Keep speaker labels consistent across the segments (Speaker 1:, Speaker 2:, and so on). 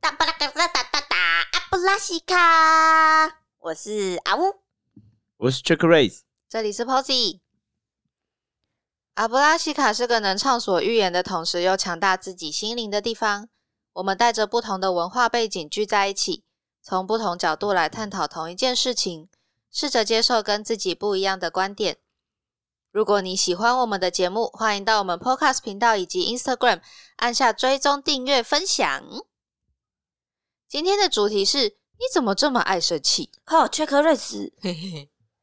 Speaker 1: 哒哒哒哒哒，阿布拉西卡，我是阿乌，
Speaker 2: 我是 Chuck Race，
Speaker 3: 这里是 Posy。阿布拉西卡是个能畅所欲言的同时又强大自己心灵的地方。我们带着不同的文化背景聚在一起，从不同角度来探讨同一件事情，试着接受跟自己不一样的观点。如果你喜欢我们的节目，欢迎到我们 Podcast 频道以及 Instagram 按下追踪、订阅、分享。今天的主题是：你怎么这么爱生气？
Speaker 1: 靠，缺克瑞 斯，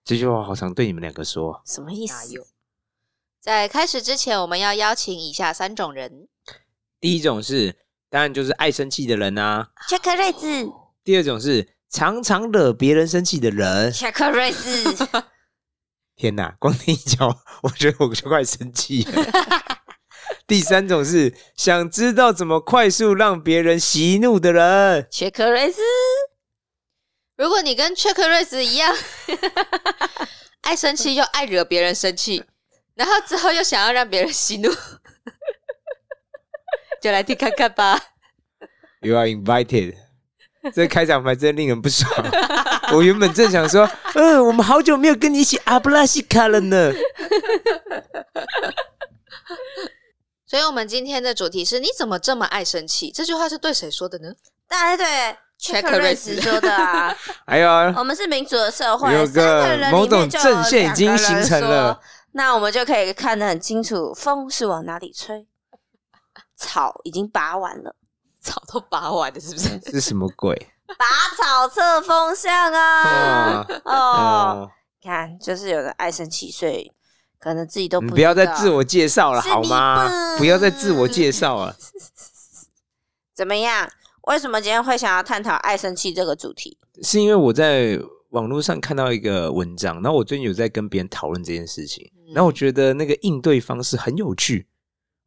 Speaker 2: 这句话好想对你们两个说。
Speaker 1: 什么意
Speaker 3: 哪
Speaker 1: 思
Speaker 3: 有？在开始之前，我们要邀请以下三种人：
Speaker 2: 第一种是，当然就是爱生气的人啊；
Speaker 1: 缺克瑞斯，
Speaker 2: 第二种是常常惹别人生气的人。
Speaker 1: 缺克瑞斯，
Speaker 2: 天哪，光听一讲，我觉得我就快生气 了。第三种是想知道怎么快速让别人息怒的人。
Speaker 1: 缺克瑞斯，
Speaker 3: 如果你跟 Chuck 瑞斯 一样，爱生气又爱惹别人生气，然后之后又想要让别人息怒，就来听看看吧。
Speaker 2: You are invited。这 开场白真令人不 爽。我原本正想说，嗯，我们好久没有跟你一起阿布拉西卡了 呢。
Speaker 3: 所以，我们今天的主题是：你怎么这么爱生气？这句话是对谁说的呢？
Speaker 1: 当然对，缺克瑞斯说的啊。
Speaker 2: 哎呀，
Speaker 1: 我们是民主的社会，
Speaker 2: 有个
Speaker 1: 三人里面
Speaker 2: 某种
Speaker 1: 就有
Speaker 2: 阵线已经形成
Speaker 1: 两
Speaker 2: 了
Speaker 1: 个人说，那我们就可以看得很清楚，风是往哪里吹，草已经拔完了，
Speaker 3: 早都拔完了，是不是？
Speaker 1: 嗯
Speaker 2: 是什么鬼？
Speaker 1: 拔草测风向啊！
Speaker 2: 啊
Speaker 1: 哦，
Speaker 2: 哦，
Speaker 1: 看，就是有人爱生气，所以可能自己都
Speaker 2: 哦你
Speaker 1: 不
Speaker 2: 不要再
Speaker 1: 知道
Speaker 2: 自我介绍了
Speaker 1: 是
Speaker 2: 好
Speaker 1: 你
Speaker 2: 吗？
Speaker 1: 笨
Speaker 2: 不要再自我介绍了。
Speaker 1: 怎么样？为什么今天会想要探讨爱生气这个主题？
Speaker 2: 是因为我在网络上看到一个文章，然后我最近有在跟别人讨论这件事情，
Speaker 3: 嗯
Speaker 2: 然后我觉得那个应对方式很有趣，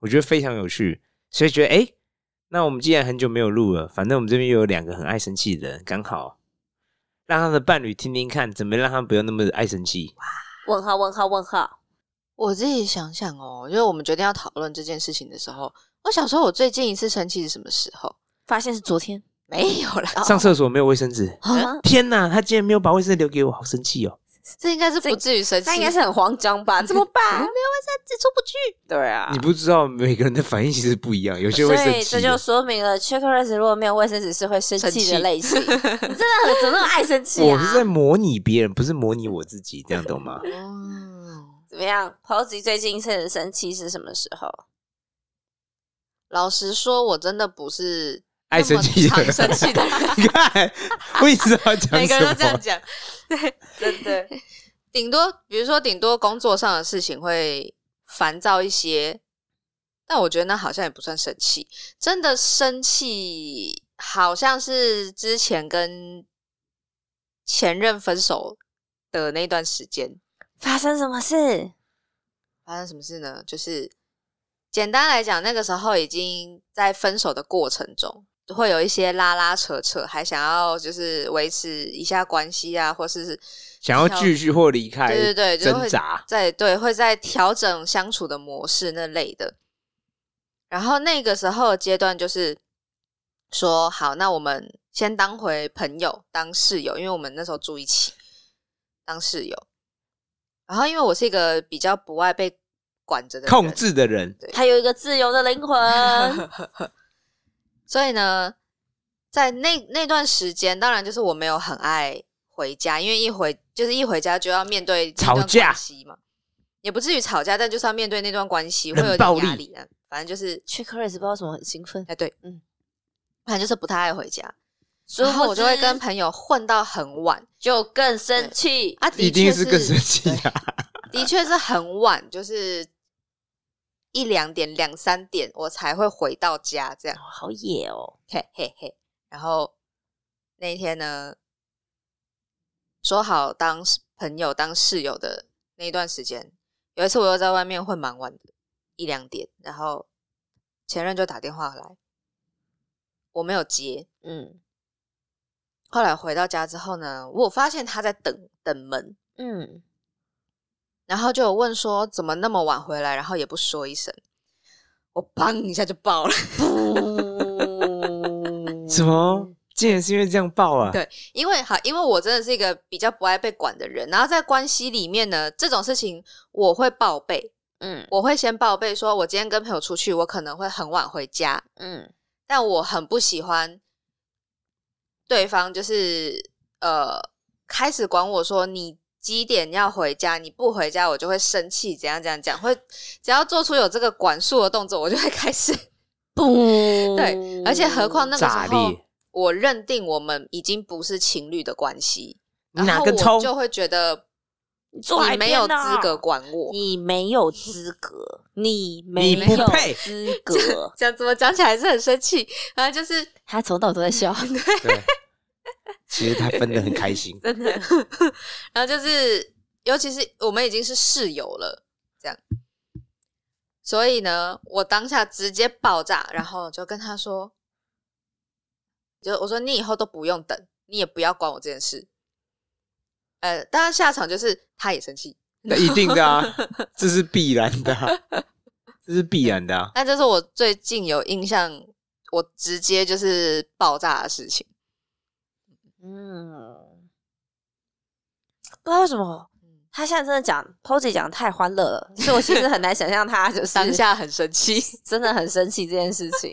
Speaker 2: 我觉得非常有趣，所以觉得哎，诶那我们既然很久没有录了，反正我们这边又有两个很爱生气的人，刚好让他的伴侣听听看，怎么让他不要那么爱生气。
Speaker 1: 问号问号问号！
Speaker 3: 我自己想想哦，就是我们决定要讨论这件事情的时候，我想说，我最近一次生气是什么时候？
Speaker 1: 发现是昨天
Speaker 3: 没有啦，
Speaker 1: 哦
Speaker 2: 上厕所没有卫生纸，
Speaker 1: 啊，
Speaker 2: 天哪，他竟然没有把卫生纸留给我，好生气哦！
Speaker 3: 这应该是不至于生气，
Speaker 1: 那应该是很慌张吧？ 怎么
Speaker 3: 没有卫
Speaker 1: 办？
Speaker 3: 生纸出不去。
Speaker 1: 对啊
Speaker 2: 你，不知道每个人的反应其实不一样，有些
Speaker 1: 所
Speaker 2: 会生
Speaker 1: 以
Speaker 2: 气，
Speaker 1: 这就说明了 c h e c k r i s 如果没有卫生纸是会生
Speaker 3: 生
Speaker 1: 气
Speaker 3: 气
Speaker 1: 的类 型。你真的很怎么那么爱生气啊？
Speaker 2: 我是在模拟别人，不是模拟我自己，这样懂 吗？
Speaker 3: 哦，
Speaker 1: 怎么样？猴子最近一次很生气是什么时候？
Speaker 3: 老实说，我真的不是
Speaker 2: 爱生气
Speaker 3: 那
Speaker 2: 的
Speaker 3: 么常
Speaker 2: 人，
Speaker 3: 生气的人，
Speaker 2: 你看，我一直要讲
Speaker 3: 每个
Speaker 2: 什
Speaker 3: 人都这样
Speaker 2: 么？
Speaker 3: 讲。
Speaker 1: 真的，
Speaker 3: 顶多比如说，顶多工作上的事情会烦躁一些，但我觉得那好像也不算生气。真的生气，好像是之前跟前任分手的那段时间。
Speaker 1: 发生什么事？
Speaker 3: 发生什么事呢？就是简单来讲，那个时候已经在分手的过程中，会有一些拉拉扯扯，还想要就是维持一下关系啊，或是
Speaker 2: 想要继续或离开，
Speaker 3: 对对对，就
Speaker 2: 挣
Speaker 3: 会
Speaker 2: 扎。
Speaker 3: 在对会在调整相处的模式那类的。然后那个时候的阶段就是说，好，那我们先当回朋友，当室友，因为我们那时候住一起，当室友。然后因为我是一个比较不爱被管着的人
Speaker 2: 控制的人，
Speaker 1: 还有一个自由的灵 魂，
Speaker 3: 所以呢，在那那段时间，当然就是我没有很爱回家，因为一回就是一回家就要面对那段
Speaker 2: 吵架
Speaker 3: 关系嘛，也不至于吵架，但就是要面对那段关系，会有
Speaker 2: 冷暴
Speaker 3: 点
Speaker 2: 力
Speaker 3: 压力啊。反正就是，
Speaker 1: c h e c k r i s 不知道为什么很兴奋，
Speaker 3: 哎，对，
Speaker 1: 嗯
Speaker 3: 嗯，反正就是不太爱回家，
Speaker 1: 殊
Speaker 2: 啊
Speaker 3: 然后
Speaker 1: 不
Speaker 3: 我就会
Speaker 1: 知
Speaker 3: 跟朋友混到很晚
Speaker 1: 就更生气。
Speaker 3: 啊，的
Speaker 2: 一定
Speaker 3: 确
Speaker 2: 是更生气啊！
Speaker 3: 的确是很晚，就是一两点、两三点我才会回到家这样。
Speaker 1: 好野哦！
Speaker 3: 嘿嘿嘿。然后那一天呢，说好当室朋友、当室友的那一段时间，有一次我又在外面混蛮晚的，一两点，然后前任就打电话来，我没有接。
Speaker 1: 嗯
Speaker 3: 后来回到家之后呢，我发现他在等等门，
Speaker 1: 嗯，
Speaker 3: 然后就有问说怎么那么晚回来，然后也不说一声，我砰一下就爆了。
Speaker 1: 不
Speaker 2: 什么？竟然是因为这样爆啊！
Speaker 3: 对因为好，因为我真的是一个比较不爱被管的人，然后在关系里面呢，这种事情我会报备，
Speaker 1: 嗯
Speaker 3: 我会先报备说，我今天跟朋友出去，我可能会很晚回家，
Speaker 1: 嗯
Speaker 3: 但我很不喜欢对方就是呃开始管我说你几点要回家，你不回家我就会生气，怎样怎样讲，会只要做出有这个管束的动作，我就会开始。
Speaker 1: 不
Speaker 3: 对而且何况那个
Speaker 2: 炸
Speaker 3: 时候
Speaker 2: 裂，
Speaker 3: 我认定我们已经不是情侣的关系，
Speaker 2: 你
Speaker 3: 然
Speaker 2: 哪
Speaker 3: 后
Speaker 2: 根
Speaker 3: 我
Speaker 2: 葱？
Speaker 3: 就会觉得
Speaker 1: 你坐海
Speaker 3: 你没
Speaker 1: 边
Speaker 3: 有资
Speaker 1: 呐
Speaker 3: 格管我。。
Speaker 1: 你没有资格，你没
Speaker 2: 你不
Speaker 1: 有
Speaker 2: 配
Speaker 1: 资格
Speaker 3: 这样怎么讲起来还是很生气，然后就是，
Speaker 1: 他从头都在笑，
Speaker 2: 对，其实他分的很开心
Speaker 3: 真的，然后就是，尤其是我们已经是室友了，这样，所以呢，我当下直接爆炸，然后就跟他说，就我说你以后都不用等，你也不要管我这件事。呃，当然下场就是他也生气，
Speaker 2: 那一定的啊，这是必然的啊、这是必然的啊、
Speaker 3: 但这是我最近有印象，我直接就是爆炸的事情。
Speaker 1: 嗯，不知道为什么
Speaker 3: 嗯
Speaker 1: 他现在真的讲 Posy 讲得太欢乐了，所以我其实很难想象他就是
Speaker 3: 当下很生气，
Speaker 1: 真的很生气这件事 情，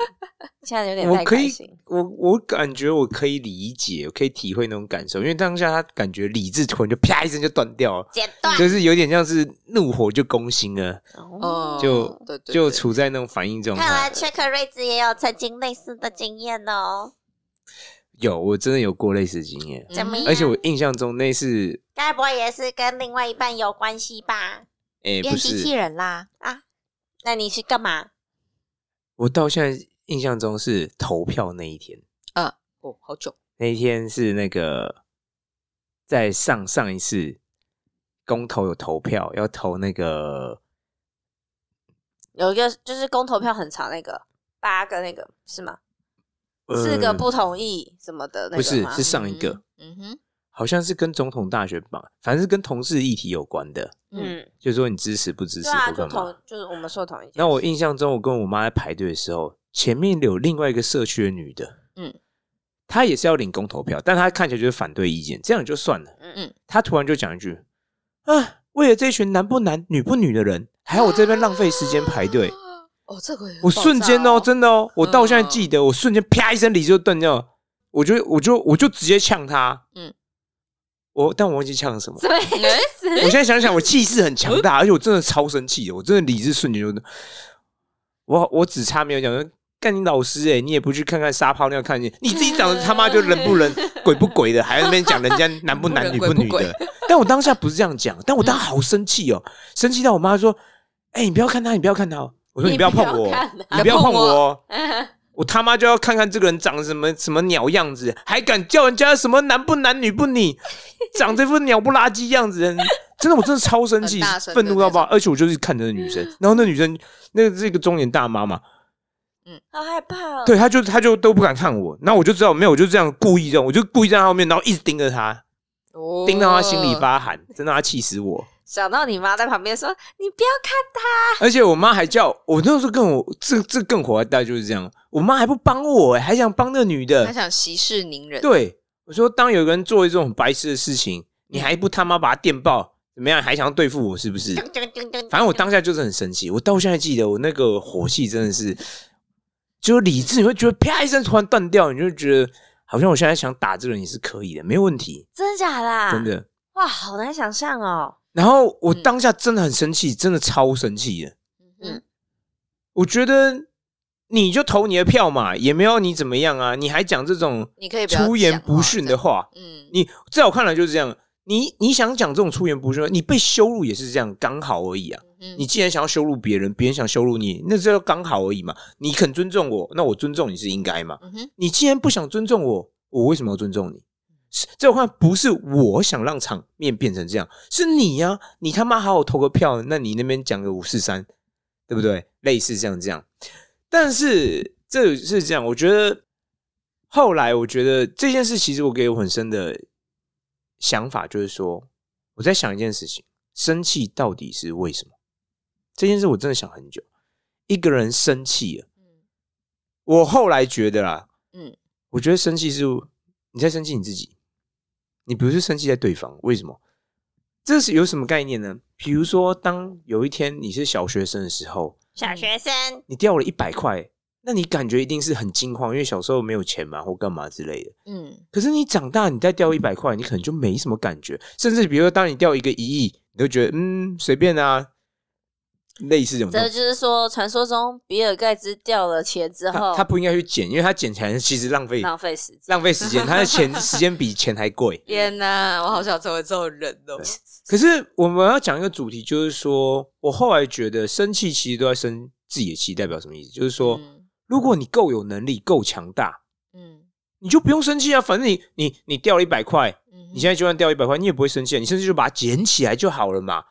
Speaker 1: 现在有点
Speaker 2: 我
Speaker 1: 太
Speaker 2: 可
Speaker 1: 开
Speaker 2: 以
Speaker 1: 心。，
Speaker 2: 我我感觉我可以理解，我可以体会那种感受，因为当下他感觉理智突然就啪一声就断掉了，
Speaker 1: 剪断
Speaker 2: 就是有点像是怒火就攻心了，
Speaker 3: 哦，
Speaker 1: 嗯
Speaker 2: 就
Speaker 3: 对对
Speaker 2: 就
Speaker 3: 对
Speaker 2: 处在那种反应状态。
Speaker 1: 切克瑞兹也有曾经类似的经验哦。
Speaker 2: 有，我真的有过类似经验，
Speaker 3: 怎么
Speaker 2: 而且我印象中那是，
Speaker 1: 该不会也是跟另外一半有关系吧？啊
Speaker 2: 哎、
Speaker 3: 变
Speaker 2: 不
Speaker 3: 机
Speaker 2: 是
Speaker 3: 器，人啦。
Speaker 1: 那你去干嘛？
Speaker 2: 我到现在印象中是投票那一天，
Speaker 3: 哦，好久。
Speaker 2: 那一天是那个在上上一次公投有投票，要投那个
Speaker 1: 有一个就是公投票很长那个，八个那个是吗？四个
Speaker 2: 呃
Speaker 1: 不同意什么的那
Speaker 2: 不
Speaker 1: 个
Speaker 2: 是
Speaker 1: 吗？
Speaker 2: 是上一个，
Speaker 3: 嗯哼，
Speaker 2: 好像是跟总统大选吧，反正是跟同志议题有关的，
Speaker 1: 嗯，
Speaker 2: 就是说你支持不支持
Speaker 1: 对啊，
Speaker 2: 或
Speaker 1: 就
Speaker 2: 干嘛
Speaker 1: 同。就是我们说同一件事。
Speaker 2: 那 我印象中，我跟我妈在排队的时候，前面有另外一个社区的女的，
Speaker 3: 嗯，
Speaker 2: 她也是要领公投票，但她看起来就是反对意见，这样也就算了。
Speaker 1: 嗯
Speaker 3: 嗯
Speaker 2: 她突然就讲一句：“啊，为了这群男不男、女不女的人，还要我这边浪费时间排队。”
Speaker 3: 哦，这个也
Speaker 2: 我
Speaker 3: 爆炸
Speaker 2: 瞬间哦，真的哦，我到现在
Speaker 3: 嗯
Speaker 2: 记得，我瞬间啪一声理智就断掉了，我就我就我就直接呛他，
Speaker 3: 嗯
Speaker 2: 嗯，我但我忘记呛什么，
Speaker 1: 什么意思？
Speaker 2: 我现在想想，我气势很强大，而且我真的超生气的，我真的理智瞬间就，我我只差没有讲说。干你老师哎、你也不去看看撒泡尿看见，你自己长得他妈就人不 人鬼不鬼的，还在那边讲人家男不男
Speaker 3: 人
Speaker 2: 女
Speaker 3: 鬼
Speaker 2: 不
Speaker 3: 不
Speaker 2: 女
Speaker 3: 鬼
Speaker 2: 的。但我当下不是这样讲，但我当时好生气哦，生气到我妈说：“哎、你不要看他，你不要看他哦。”我说：“
Speaker 1: 你
Speaker 2: 你不要
Speaker 1: 不
Speaker 2: 碰
Speaker 1: 要
Speaker 2: 我哦
Speaker 1: 看，他
Speaker 2: 你不要碰
Speaker 3: 不要
Speaker 2: 我
Speaker 3: 碰
Speaker 2: 哦。”我他妈就要看看这个人长什么什么鸟样子，还敢叫人家什么男不男女不 女，长这副鸟不拉几样子，真的我真的超生气
Speaker 3: 很大，声的
Speaker 2: 愤怒到爆，而且我就是看着那女 生，然后那女生那个是一个中年大妈嘛，
Speaker 1: 好害怕哦。
Speaker 2: 对，她就她就都不敢看我，那我就知道没有，我就这样故意这样，我就故意在她后面，然后一直盯着她，
Speaker 3: 哦
Speaker 2: 盯到她心里。发寒，真的她气死我。
Speaker 1: 想到你妈在旁边说：“你不要看
Speaker 2: 而且我妈还叫我那时候跟我这这更火大就是这样，我妈还不帮我、还想帮那个女的
Speaker 3: 他，想息事宁人，
Speaker 2: 对，我说当有个人做一种很白痴的事情，你
Speaker 3: 嗯
Speaker 2: 还不他妈把他电爆，怎么样？还想要对付我是不是？
Speaker 1: 他。”
Speaker 2: 反正我当下就是很生气，我到现在记得我那个火气真的是，就理智你会觉得啪一声突然断掉，你就觉得好像我现在想打这个人也是可以的，没问题，
Speaker 1: 真的假的啊？
Speaker 2: 真的。
Speaker 1: 哇，好难想象哦。
Speaker 2: 然后我当下真的很生气，真的超生气的。
Speaker 3: 嗯，
Speaker 2: 我觉得你就投你的票嘛，也没有你怎么样啊，你还讲这种
Speaker 3: 你可以不要
Speaker 2: 出言
Speaker 3: 讲
Speaker 2: 不
Speaker 3: 话
Speaker 2: 逊
Speaker 3: 这
Speaker 2: 的
Speaker 3: 样
Speaker 2: 话，
Speaker 3: 嗯，
Speaker 2: 你在我看来就是这样，你你想讲这种出言不逊，你被羞辱也是这样，刚好而已啊。你
Speaker 3: 你
Speaker 2: 既然想要羞辱别人，别人想羞辱你，那这刚好而已嘛。你肯尊重我，那我尊重你是应该嘛。
Speaker 3: 嗯哼，
Speaker 2: 你既然不想尊重我，我为什么要尊重你？是在我看来，不是我想让场面变成这样，是你呀、你他妈好好投个票，那你那边讲个五四三，对不对？类似这样这样，但是这是这样，我觉得后来我觉得这件事，其实我给我很深的想法，就是说我在想一件事情：生气到底是为什么？这件事我真的想很久。一个人生气了，我后来觉得啦，
Speaker 3: 嗯
Speaker 2: 我觉得生气是你在生气你自己，你不是生气在对方。为什么？这是有什么概念呢？比如说，当有一天你是小学生的时候，
Speaker 1: 小学生，
Speaker 2: 你掉了一百块，那你感觉一定是很惊慌，因为小时候没有钱嘛，或干嘛之类的。
Speaker 3: 嗯，
Speaker 2: 可是你长大，你再掉一百块，你可能就没什么感觉。甚至比如说，当你掉一个一亿，你都觉得嗯随便啊，类似这种东
Speaker 1: 这
Speaker 2: 西。
Speaker 1: 就是说，传说中比尔盖茨掉了钱之
Speaker 2: 他
Speaker 1: 后，
Speaker 2: 他不应该去捡，因为他捡起来其实浪费
Speaker 1: 浪费时间。
Speaker 2: 浪费时间，他的钱时间比钱还贵。
Speaker 3: 天哪，我好想成为这种人哦。
Speaker 2: 可是我们要讲一个主题，就是说我后来觉得生气其实都在生自己的气，代表什么意思？就是说，
Speaker 3: 嗯
Speaker 2: 如果你够有能力、够强大，
Speaker 3: 嗯
Speaker 2: 你就不用生气啊。反正你你你掉了一百块，
Speaker 3: 嗯，
Speaker 2: 你现在就算掉一百块，你也不会生气、啊，你甚至就把它捡起来就好了嘛，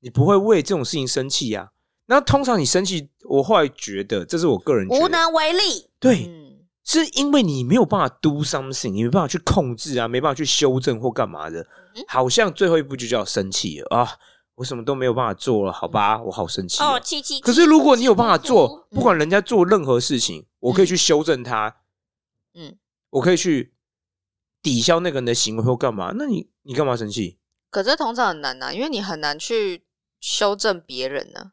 Speaker 2: 你不会为这种事情生气呀、啊。那通常你生气，我后来觉得这是我个人觉得
Speaker 1: 无能为力，
Speaker 2: 对，
Speaker 3: 嗯
Speaker 2: 是因为你没有办法 do something，你没办法去控制啊，没办法去修正或干嘛的，好像最后一步就叫生气了啊，我什么都没有办法做了，好吧，我好生气哦
Speaker 1: 哦，气气。
Speaker 2: 可是如果你有办法
Speaker 1: 气
Speaker 2: 做嗯
Speaker 1: 气，
Speaker 2: 不管人家做任何事情，我可以去修正他，
Speaker 3: 嗯，
Speaker 2: 我可以去抵消那个人的行为或干嘛，那你你干嘛生气？
Speaker 3: 可这通常很难啊呐、因为你很难去修正别人啊呢、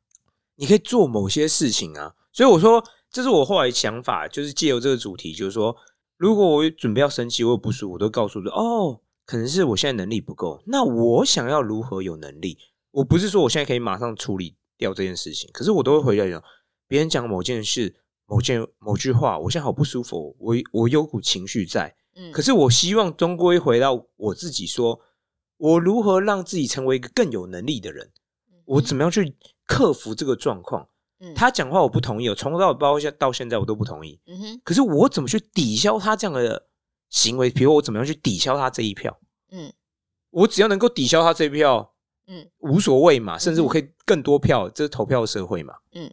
Speaker 2: 你可以做某些事情啊。所以我说，这是我后来想法，就是借由这个主题，就是说，如果我准备要生气，我有不舒服，我都告诉说，哦，可能是我现在能力不够，那我想要如何有能力？我不是说我现在可以马上处理掉这件事情，可是我都会回来讲，别人讲某件事、某件某句话，我现在好不舒服，哦我我有股情绪在，
Speaker 3: 嗯，
Speaker 2: 可是我希望终归回到我自己说，我如何让自己成为一个更有能力的人。我怎么样去克服这个状况？
Speaker 3: 嗯
Speaker 2: 他讲话我不同意，我从头到尾包括现到现在我都不同意。
Speaker 3: 嗯哼
Speaker 2: 可是我怎么去抵消他这样的行为？比如我怎么样去抵消他这一票？
Speaker 3: 嗯，
Speaker 2: 我只要能够抵消他这一票，
Speaker 3: 嗯，
Speaker 2: 无所谓嘛，甚至我可以更多票，这是投票社会嘛。
Speaker 3: 嗯，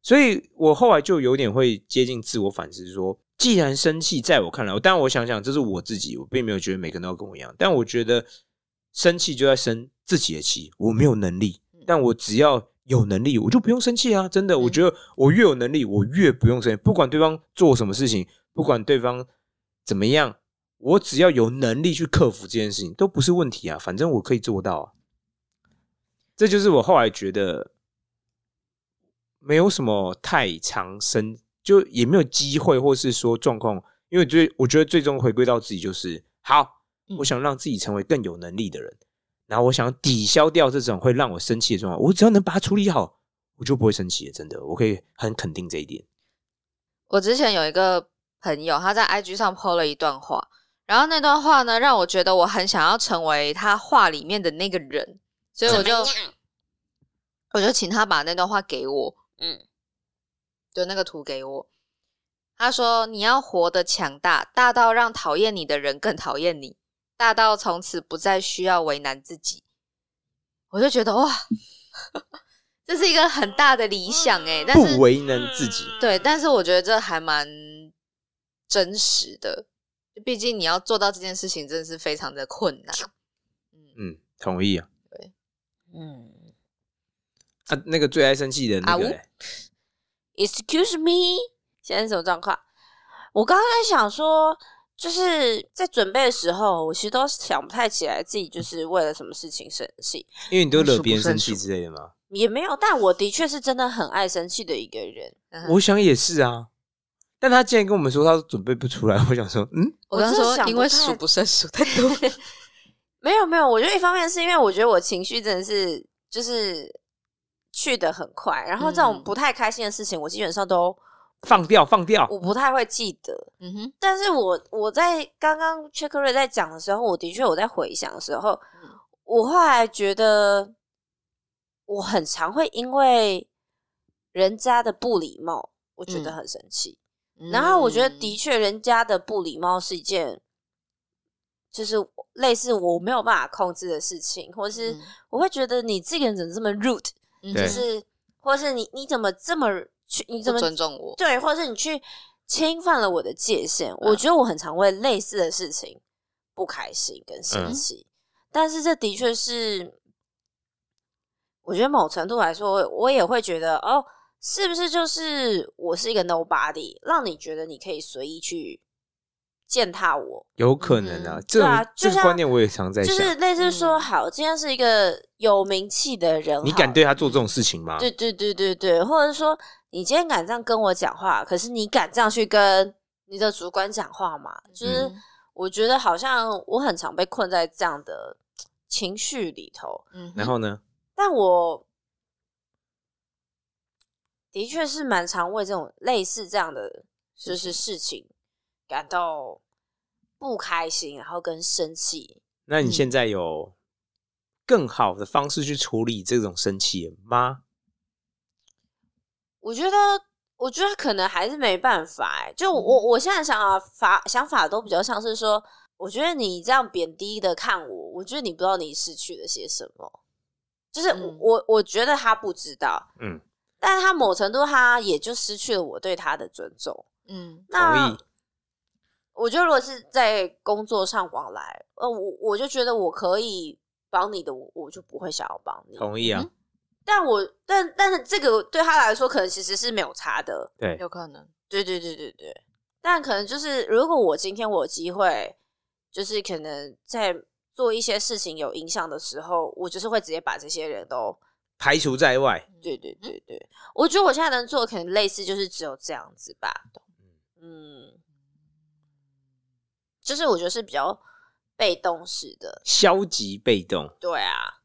Speaker 2: 所以我后来就有点会接近自我反思说既然生气，在我看来，当然我想想，这是我自己，我并没有觉得每个人都要跟我一样，但我觉得生气就在生自己的气，我没有能力，但我只要有能力，我就不用生气啊！真的，我觉得我越有能力，我越不用生气，不管对方做什么事情，不管对方怎么样，我只要有能力去克服这件事情，都不是问题啊，反正我可以做到啊。这就是我后来觉得没有什么太长生，就也没有机会，或是说状况，因为最我觉得最终回归到自己就是好，
Speaker 3: 嗯
Speaker 2: 我想让自己成为更有能力的人，然后我想要抵消掉这种会让我生气的状况，我只要能把它处理好，我就不会生气了，真的，我可以很肯定这一点。
Speaker 3: 我之前有一个朋友，他在 IG 上 PO 了一段话，然后那段话呢，让我觉得我很想要成为他话里面的那个人，所以我就
Speaker 1: 怎么样
Speaker 3: 我就请他把那段话给我，
Speaker 1: 嗯，
Speaker 3: 就那个图给我。他说：“你要活得强大，大到让讨厌你的人更讨厌你，大到从此不再需要为难自己。”我就觉得哇， 这是一个很大的理想哎、但是
Speaker 2: 不为难自己，
Speaker 3: 对，但是我觉得这还蛮真实的，毕竟你要做到这件事情，真的是非常的困难。
Speaker 2: 嗯，同意啊。
Speaker 1: 嗯
Speaker 2: 啊，那个最爱生气的那个、
Speaker 3: 啊呜
Speaker 2: 嘞
Speaker 1: ，Excuse me，现在是什么状况？我刚刚在想说，就是在准备的时候，我其实都想不太起来自己就是为了什么事情生气，
Speaker 2: 因为你都
Speaker 3: 那
Speaker 2: 惹
Speaker 3: 数
Speaker 2: 别人
Speaker 3: 不胜
Speaker 2: 生气
Speaker 3: 数
Speaker 2: 之类的嘛。
Speaker 1: 也没有。但我的确是真的很爱生气的一个人，
Speaker 3: 嗯
Speaker 2: 我想也是啊，但他竟然跟我们说他准备不出来，我想说，嗯，
Speaker 3: 我
Speaker 1: 我
Speaker 3: 刚
Speaker 1: 真的
Speaker 3: 说
Speaker 1: 想
Speaker 3: 因
Speaker 1: 不
Speaker 3: 为
Speaker 1: 太
Speaker 3: 数不胜数太 多，
Speaker 1: 没有没有，我觉得一方面是因为我觉得我情绪真的是就是去的很快，然后这种
Speaker 3: 嗯
Speaker 1: 不太开心的事情，我基本上都
Speaker 2: 放掉，放掉，
Speaker 1: 我不太会记得。
Speaker 3: 嗯哼，
Speaker 1: 但是我我在刚刚 c h e c k r y 在讲的时候，我的确我在回想的时候，
Speaker 3: 嗯
Speaker 1: 我后来觉得我很常会因为人家的不礼貌，我觉得
Speaker 3: 嗯
Speaker 1: 很生气。然后我觉得的
Speaker 3: 嗯
Speaker 1: 确，人家的不礼貌是一件，就是类似我没有办法控制的事情，或是
Speaker 3: 嗯
Speaker 1: 我会觉得你这个人怎么这么 rude，
Speaker 3: 嗯
Speaker 2: 对
Speaker 1: 就是，或是你你怎么这么去，你怎
Speaker 3: 不
Speaker 1: 么
Speaker 3: 尊重我，
Speaker 1: 对，或者是你去侵犯了我的界限。
Speaker 2: 嗯
Speaker 1: 我觉得我很常为类似的事情不开心跟生
Speaker 2: 嗯
Speaker 1: 气，但是这的确是，我觉得某程度来说，我我也会觉得哦，是不是就是我是一个 nobody，让你觉得你可以随意去践踏我，
Speaker 2: 有可能啊，
Speaker 3: 嗯
Speaker 2: 这种、
Speaker 1: 对啊就
Speaker 2: 这个
Speaker 1: 像
Speaker 2: 观念我也常在
Speaker 1: 就
Speaker 2: 想，
Speaker 1: 是类似说，
Speaker 3: 嗯
Speaker 1: 好，今天是一个有名气的人好了，
Speaker 2: 你敢对他做这种事情吗？
Speaker 1: 对对对对对，或者说你今天敢这样跟我讲话，可是你敢这样去跟你的主管讲话吗？就是
Speaker 3: 嗯
Speaker 1: 我觉得好像我很常被困在这样的情绪里头，
Speaker 3: 嗯哼，
Speaker 2: 然后呢？
Speaker 1: 但我的确是蛮常为这种类似这样的就是事情感到不开心，然后跟生气。
Speaker 2: 那你
Speaker 3: 嗯
Speaker 2: 现在有更好的方式去处理这种生气吗？
Speaker 1: 我觉得，我觉得可能还是没办法、欸。就我
Speaker 3: 嗯
Speaker 1: 我现在想啊法想法都比较像是说，我觉得你这样贬低的看我，我觉得你不知道你失去了些什么。就是我、
Speaker 3: 嗯
Speaker 1: 我我觉得他不知道，
Speaker 2: 嗯，
Speaker 1: 但是他某程度他也就失去了我对他的尊重。
Speaker 3: 嗯
Speaker 1: 那
Speaker 2: 同意
Speaker 1: 我觉得如果是在工作上往来，呃，我我就觉得我可以帮你的，我我就不会想要帮你。
Speaker 2: 同意啊，
Speaker 3: 嗯
Speaker 1: 但我但但是这个对他来说，可能其实是没有差的。
Speaker 2: 对，
Speaker 3: 有可能，
Speaker 1: 对对对对对。但可能就是，如果我今天我有机会，就是可能在做一些事情有影响的时候，我就是会直接把这些人都。
Speaker 2: 排除在外。
Speaker 1: 对对对对，我觉得我现在能做的可能类似就是只有这样子吧。嗯，就是我觉得是比较被动式的，
Speaker 2: 消极被动，
Speaker 1: 对啊。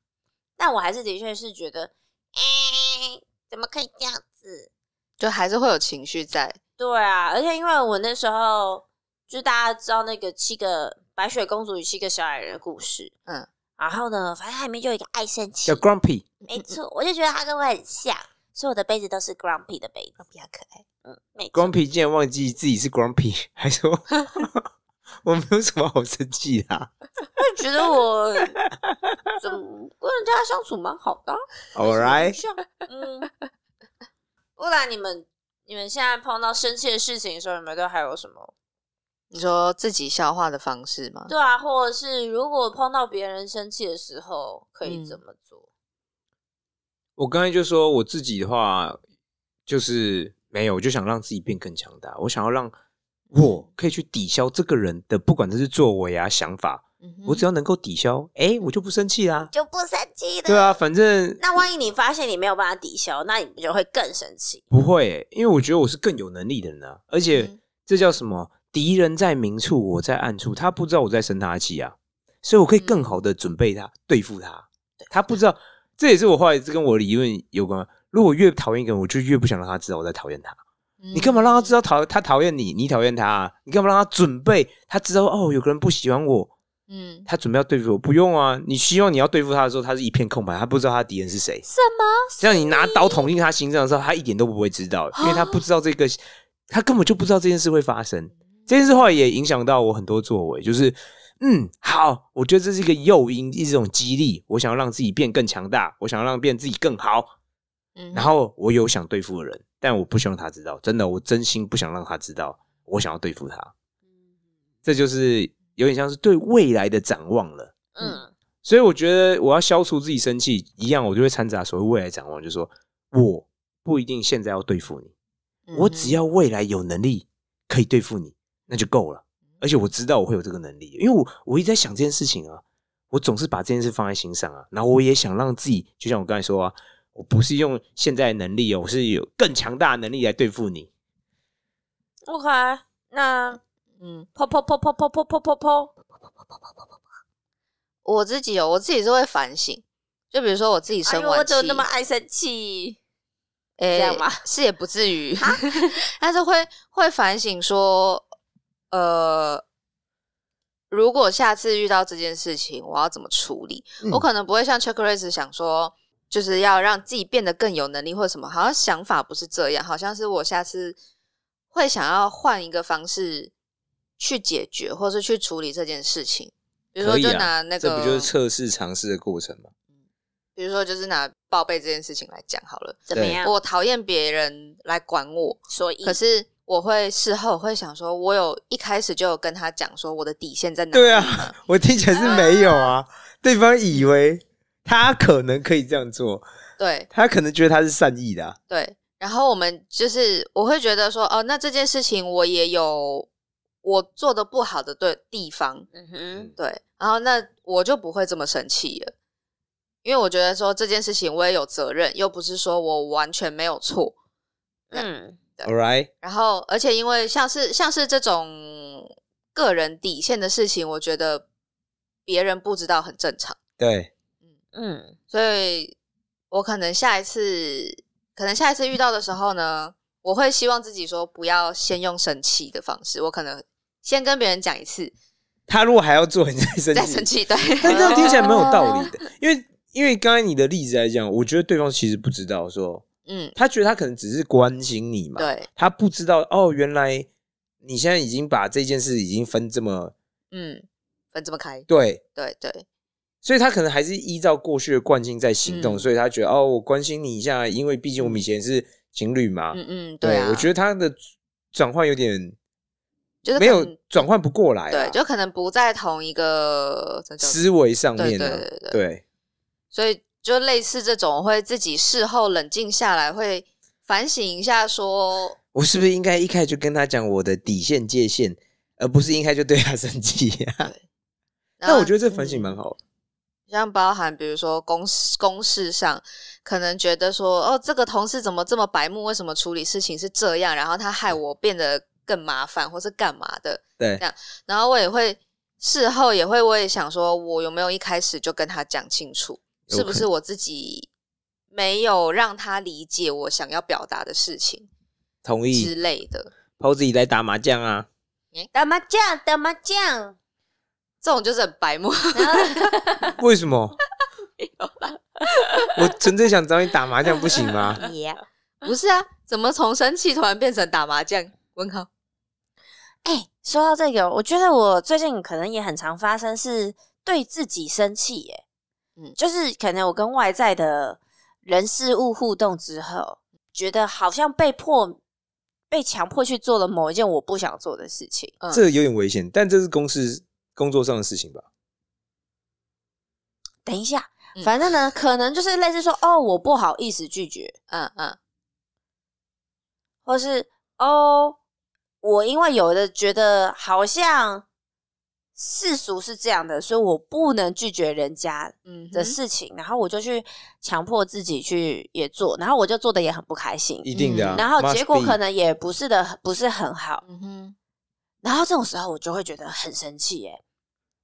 Speaker 1: 但我还是的确是觉得，哎、怎么可以这样子？
Speaker 3: 就还是会有情绪在，
Speaker 1: 对啊，而且因为我那时候就大家知道那个七个白雪公主与七个小矮人的故事，
Speaker 3: 嗯，
Speaker 1: 然后呢，反正它里面就有一个爱生气
Speaker 2: 叫，grumpy，
Speaker 1: 没错，我就觉得他跟我很像，所以我的杯子都是 grumpy 的杯子，比较可爱。嗯，没错。
Speaker 2: grumpy 竟然忘记自己是 grumpy，还 说我没有什么好生气的、啊。
Speaker 1: 就觉得我怎么跟人家相处蛮好的啊、
Speaker 2: All
Speaker 1: 没
Speaker 2: right，
Speaker 1: 什么印象嗯，不然你们你们现在碰到生气的事情的时候，你们都还有什么？
Speaker 3: 你说自己消化的方式吗？
Speaker 1: 对啊，或者是如果碰到别人生气的时候，可以怎么做？
Speaker 2: 我刚才就说我自己的话，就是没有，我就想让自己变更强大，我想要让我可以去抵消这个人的，不管他是作为啊、想法，
Speaker 3: 嗯哼
Speaker 2: 我只要能够抵消，哎、我就不生气啦。
Speaker 1: 就不生气了。
Speaker 2: 对啊，反正
Speaker 1: 那万一你发现你没有办法抵消，那你不就会更生气？
Speaker 2: 不会、欸因为我觉得我是更有能力的人啊，而且
Speaker 3: 嗯
Speaker 2: 这叫什么？敌人在明处，我在暗处，他不知道我在生他气啊，所以我可以更好的准备他，对付他。他不知道，这也是我后来跟我的疑问有关。如果越讨厌一个人，我就越不想让他知道我在讨厌他。你干嘛让他知
Speaker 3: 道？
Speaker 2: 道讨他讨厌你，你讨厌他、啊？你干嘛让他准备？他知道哦，有个人不喜欢我，
Speaker 3: 嗯，
Speaker 2: 他准备要对付我。不用啊，你希望你要对付他的时候，他是一片空白，他不知道他的敌人是谁。
Speaker 1: 什么？
Speaker 2: 这样你拿刀捅进他心脏的时候，他一点都不会知道，因为他不知道这个，他根本就不知道这件事会发生。这件事后来也影响到我很多作为，就是嗯，好，我觉得这是一个诱因，一种激励。我想要让自己变更强大，我想要让变自己更好。
Speaker 3: 嗯
Speaker 2: 然后我有想对付的人，但我不希望他知道，真的，我真心不想让他知道，我想要对付他。这就是有点像是对未来的展望了。
Speaker 1: 嗯
Speaker 2: 所以我觉得我要消除自己生气，一样我就会掺杂所谓未来展望，就说我不一定现在要对付你，我只
Speaker 3: 要
Speaker 2: 要未来有能力可以对付你，那就够了。而且我知道我会有这个能力，因为我我一直在想这件事情啊，我总是把这件事放在心上啊，然后我也想让自己，就像我刚才说啊，我不是用现在的能力哦，我是有更强大的能力来对付你。
Speaker 1: ，OK，那
Speaker 3: 嗯，
Speaker 1: po po po po po po po po po，
Speaker 3: 我自己有，我自己是会反省。就比如说我自己
Speaker 1: 哎
Speaker 3: 生
Speaker 1: 呦，我
Speaker 3: 完气，
Speaker 1: 怎么那么爱生气？
Speaker 3: 诶
Speaker 1: 这样吗
Speaker 3: 是也不至于，但是会会反省说，呃，如果下次遇到这件事情，我要怎么处理？
Speaker 2: 嗯
Speaker 3: 我可能不会像 Checklist 想说，就是要让自己变得更有能力或者什么，好像想法不是这样，好像是我下次会想要换一个方式去解决，或是去处理这件事情。比如说，
Speaker 2: 可以
Speaker 3: 就
Speaker 2: 啊
Speaker 3: 拿那个，
Speaker 2: 这不就是测试尝试的过程吗？
Speaker 3: 比如说，就是拿报备这件事情来讲好了。
Speaker 1: 怎么样？
Speaker 3: 我讨厌别人来管我，
Speaker 1: 所以
Speaker 3: 可是我会事后会想说，我有一开始就有跟他讲说我的底线在哪里
Speaker 2: 对啊
Speaker 3: 嘛，
Speaker 2: 我听起来是没有啊，对方以为他可能可以这样做，
Speaker 3: 对
Speaker 2: 他可能觉得他是善意的啊、
Speaker 3: 对。然后我们就是我会觉得说，哦，那这件事情我也有我做的不好的对地方，
Speaker 1: 嗯哼，
Speaker 3: 对，然后那我就不会这么生气了，因为我觉得说这件事情我也有责任，又不是说我完全没有错。
Speaker 1: 嗯，
Speaker 2: All right，
Speaker 3: 然后，而且因为像是像是这种个人底线的事情，我觉得别人不知道很正常，
Speaker 2: 对，
Speaker 1: 嗯，
Speaker 3: 所以我可能下一次，可能下一次遇到的时候呢，我会希望自己说不要先用生气的方式，我可能先跟别人讲一次，
Speaker 2: 他如果还要做，你再生气，
Speaker 3: 再生气，对，
Speaker 2: 但这样听起来蛮有道理 的，因为因为刚才你的例子来讲，我觉得对方其实不知道说，
Speaker 3: 嗯，
Speaker 2: 他觉得他可能只是关心你嘛，
Speaker 3: 对，
Speaker 2: 他不知道哦，原来你现在已经把这件事已经分这么
Speaker 3: 嗯，分这么开，
Speaker 2: 对，
Speaker 3: 对对，
Speaker 2: 所以他可能还是依照过去的惯性在行动，
Speaker 3: 嗯
Speaker 2: 所以他觉得哦，我关心你一下，因为毕竟我们以前是情侣嘛，
Speaker 3: 嗯嗯，对啊，
Speaker 2: 我觉得
Speaker 3: 得
Speaker 2: 他的转换有点
Speaker 3: 就是
Speaker 2: 没
Speaker 3: 可
Speaker 2: 有
Speaker 3: 能
Speaker 2: 转换不过来啊、
Speaker 3: 对，就可能不在同一个这叫什么
Speaker 2: 思维上
Speaker 3: 对
Speaker 2: 面呢、
Speaker 3: 对
Speaker 2: 啊，
Speaker 3: 对对
Speaker 2: 对
Speaker 3: 所以就类似这种，我会自己事后冷静下来，会反省一下说，
Speaker 2: 我是不是应该一开始就跟他讲我的底线界限，而不是一开始就对他生气、啊？ 那我
Speaker 3: 啊
Speaker 2: 觉得这反省蛮
Speaker 3: 好，
Speaker 2: 好的，
Speaker 3: 像包含比如说公事公事上，可能觉得说，哦，这个同事怎么这么白目，为什么处理事情是这样，然后他害我变得更麻烦，或是干嘛的，
Speaker 2: 对
Speaker 3: 那然后我也会事后也会，我也想说，我有没有一开始就跟他讲清楚，
Speaker 2: 有
Speaker 3: 是不
Speaker 2: 可
Speaker 3: 是我自己没有让他理解我想要表达的事情
Speaker 2: 同
Speaker 3: 之
Speaker 2: 意。
Speaker 3: 类的。
Speaker 2: 抛自己来打麻将 啊，
Speaker 1: 打麻将，打麻将，
Speaker 3: 这种就是很白目，
Speaker 1: 然后
Speaker 2: 为什 么？ 我纯粹想找你打麻将，不行吗？
Speaker 1: Yeah
Speaker 3: 不是啊？怎么从生气突然变成打麻将？问号，
Speaker 1: 哎、说到这个，我觉得我最近可能也很常发生是对自己生气，耶，
Speaker 3: 嗯
Speaker 1: 嗯，就是可能我跟外在的人事物互动之后，觉得好像被迫、被强迫去做了某一件我不想做的事情。
Speaker 3: 嗯
Speaker 2: 这有点危险，但这是公事工作上的事情吧？
Speaker 1: 等一下
Speaker 3: 嗯，
Speaker 1: 反正呢，可能就是类似说，哦，我不好意思拒绝，
Speaker 3: 嗯嗯
Speaker 1: 或是哦，我因为有的觉得好像世俗是这样的，所以我不能拒绝人家
Speaker 3: 嗯
Speaker 1: 的
Speaker 3: 哼，
Speaker 1: 事情，然后我就去强迫自己去也做，然后我就做的也很不开心，
Speaker 2: 一定的啊、
Speaker 3: 嗯
Speaker 1: 然后
Speaker 2: must
Speaker 1: 结果
Speaker 2: be
Speaker 1: 可能也不是的，不是很好，
Speaker 3: 嗯哼，
Speaker 1: 然后这种时候我就会觉得很生气，耶，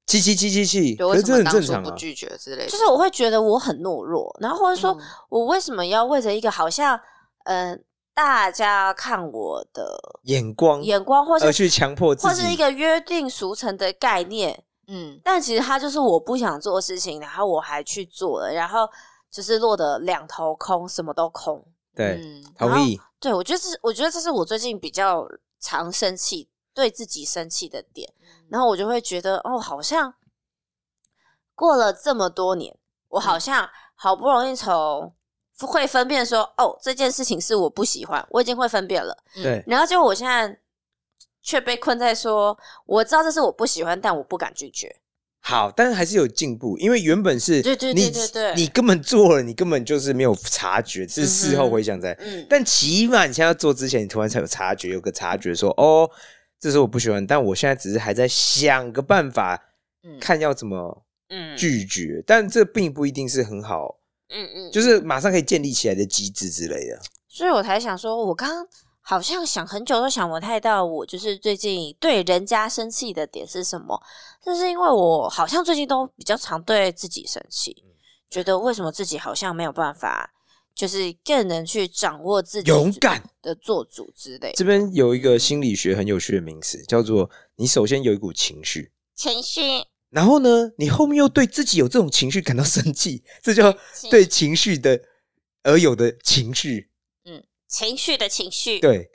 Speaker 2: 七七七七七，
Speaker 3: 就
Speaker 2: 可
Speaker 3: 为
Speaker 2: 是
Speaker 3: 什
Speaker 2: 这
Speaker 3: 么
Speaker 2: 很
Speaker 3: 当
Speaker 2: 正
Speaker 3: 初
Speaker 2: 常
Speaker 3: 不
Speaker 2: 啊。
Speaker 3: 拒绝之类的，
Speaker 1: 就是我会觉得我很懦弱，然后或者说
Speaker 3: 嗯
Speaker 1: 我为什么要为着一个好像嗯、呃大家看我的
Speaker 2: 眼光
Speaker 1: 眼光，或
Speaker 2: 而
Speaker 1: 是
Speaker 2: 去强迫自己，
Speaker 1: 或是一个约定俗成的概念，
Speaker 3: 嗯
Speaker 1: 但其实它就是我不想做的事情，然后我还去做了，然后就是落得两头空，什么都空。
Speaker 2: 对，
Speaker 3: 嗯
Speaker 2: 同意。
Speaker 1: 对，我觉得这是，我觉得这是我最近比较常生气，对自己生气的点。然后我就会觉得，哦，好像过了这么多年，我好像好不容易从会分辨说，哦，这件事情是我不喜欢，我已经会分辨了。
Speaker 2: 对，
Speaker 1: 然后结果我现在却被困在说，我知道这是我不喜欢，但我不敢拒绝。
Speaker 2: 好，但是还是有进步，因为原本是
Speaker 1: 对对对对对
Speaker 2: 你你根本做了，你根本就是没有察觉，是事后回想才。
Speaker 1: 嗯，
Speaker 2: 但起码你现在要做之前，你突然才有察觉，有个察觉说，哦，这是我不喜欢，但我现在只是还在想个办法，
Speaker 3: 嗯
Speaker 2: 看要怎么
Speaker 1: 嗯
Speaker 2: 拒绝。但这并不一定是很好，
Speaker 1: 嗯嗯，
Speaker 2: 就是马上可以建立起来的机制之类的。
Speaker 1: 所以我才想说，我刚刚好像想很久都想不太到，我就是最近对人家生气的点是什么？就是因为我好像最近都比较常对自己生气，
Speaker 3: 嗯
Speaker 1: 觉得为什么自己好像没有办法，就是更能去掌握自己
Speaker 2: 勇敢
Speaker 1: 的做主之类的
Speaker 2: 这边有一个心理学很有趣的名词，叫做你首先有一股情绪，
Speaker 1: 情绪。
Speaker 2: 然后呢，你后面又对自己有这种情绪感到生气，这叫对情绪的而有的情绪。
Speaker 1: 情绪的情绪，
Speaker 2: 对，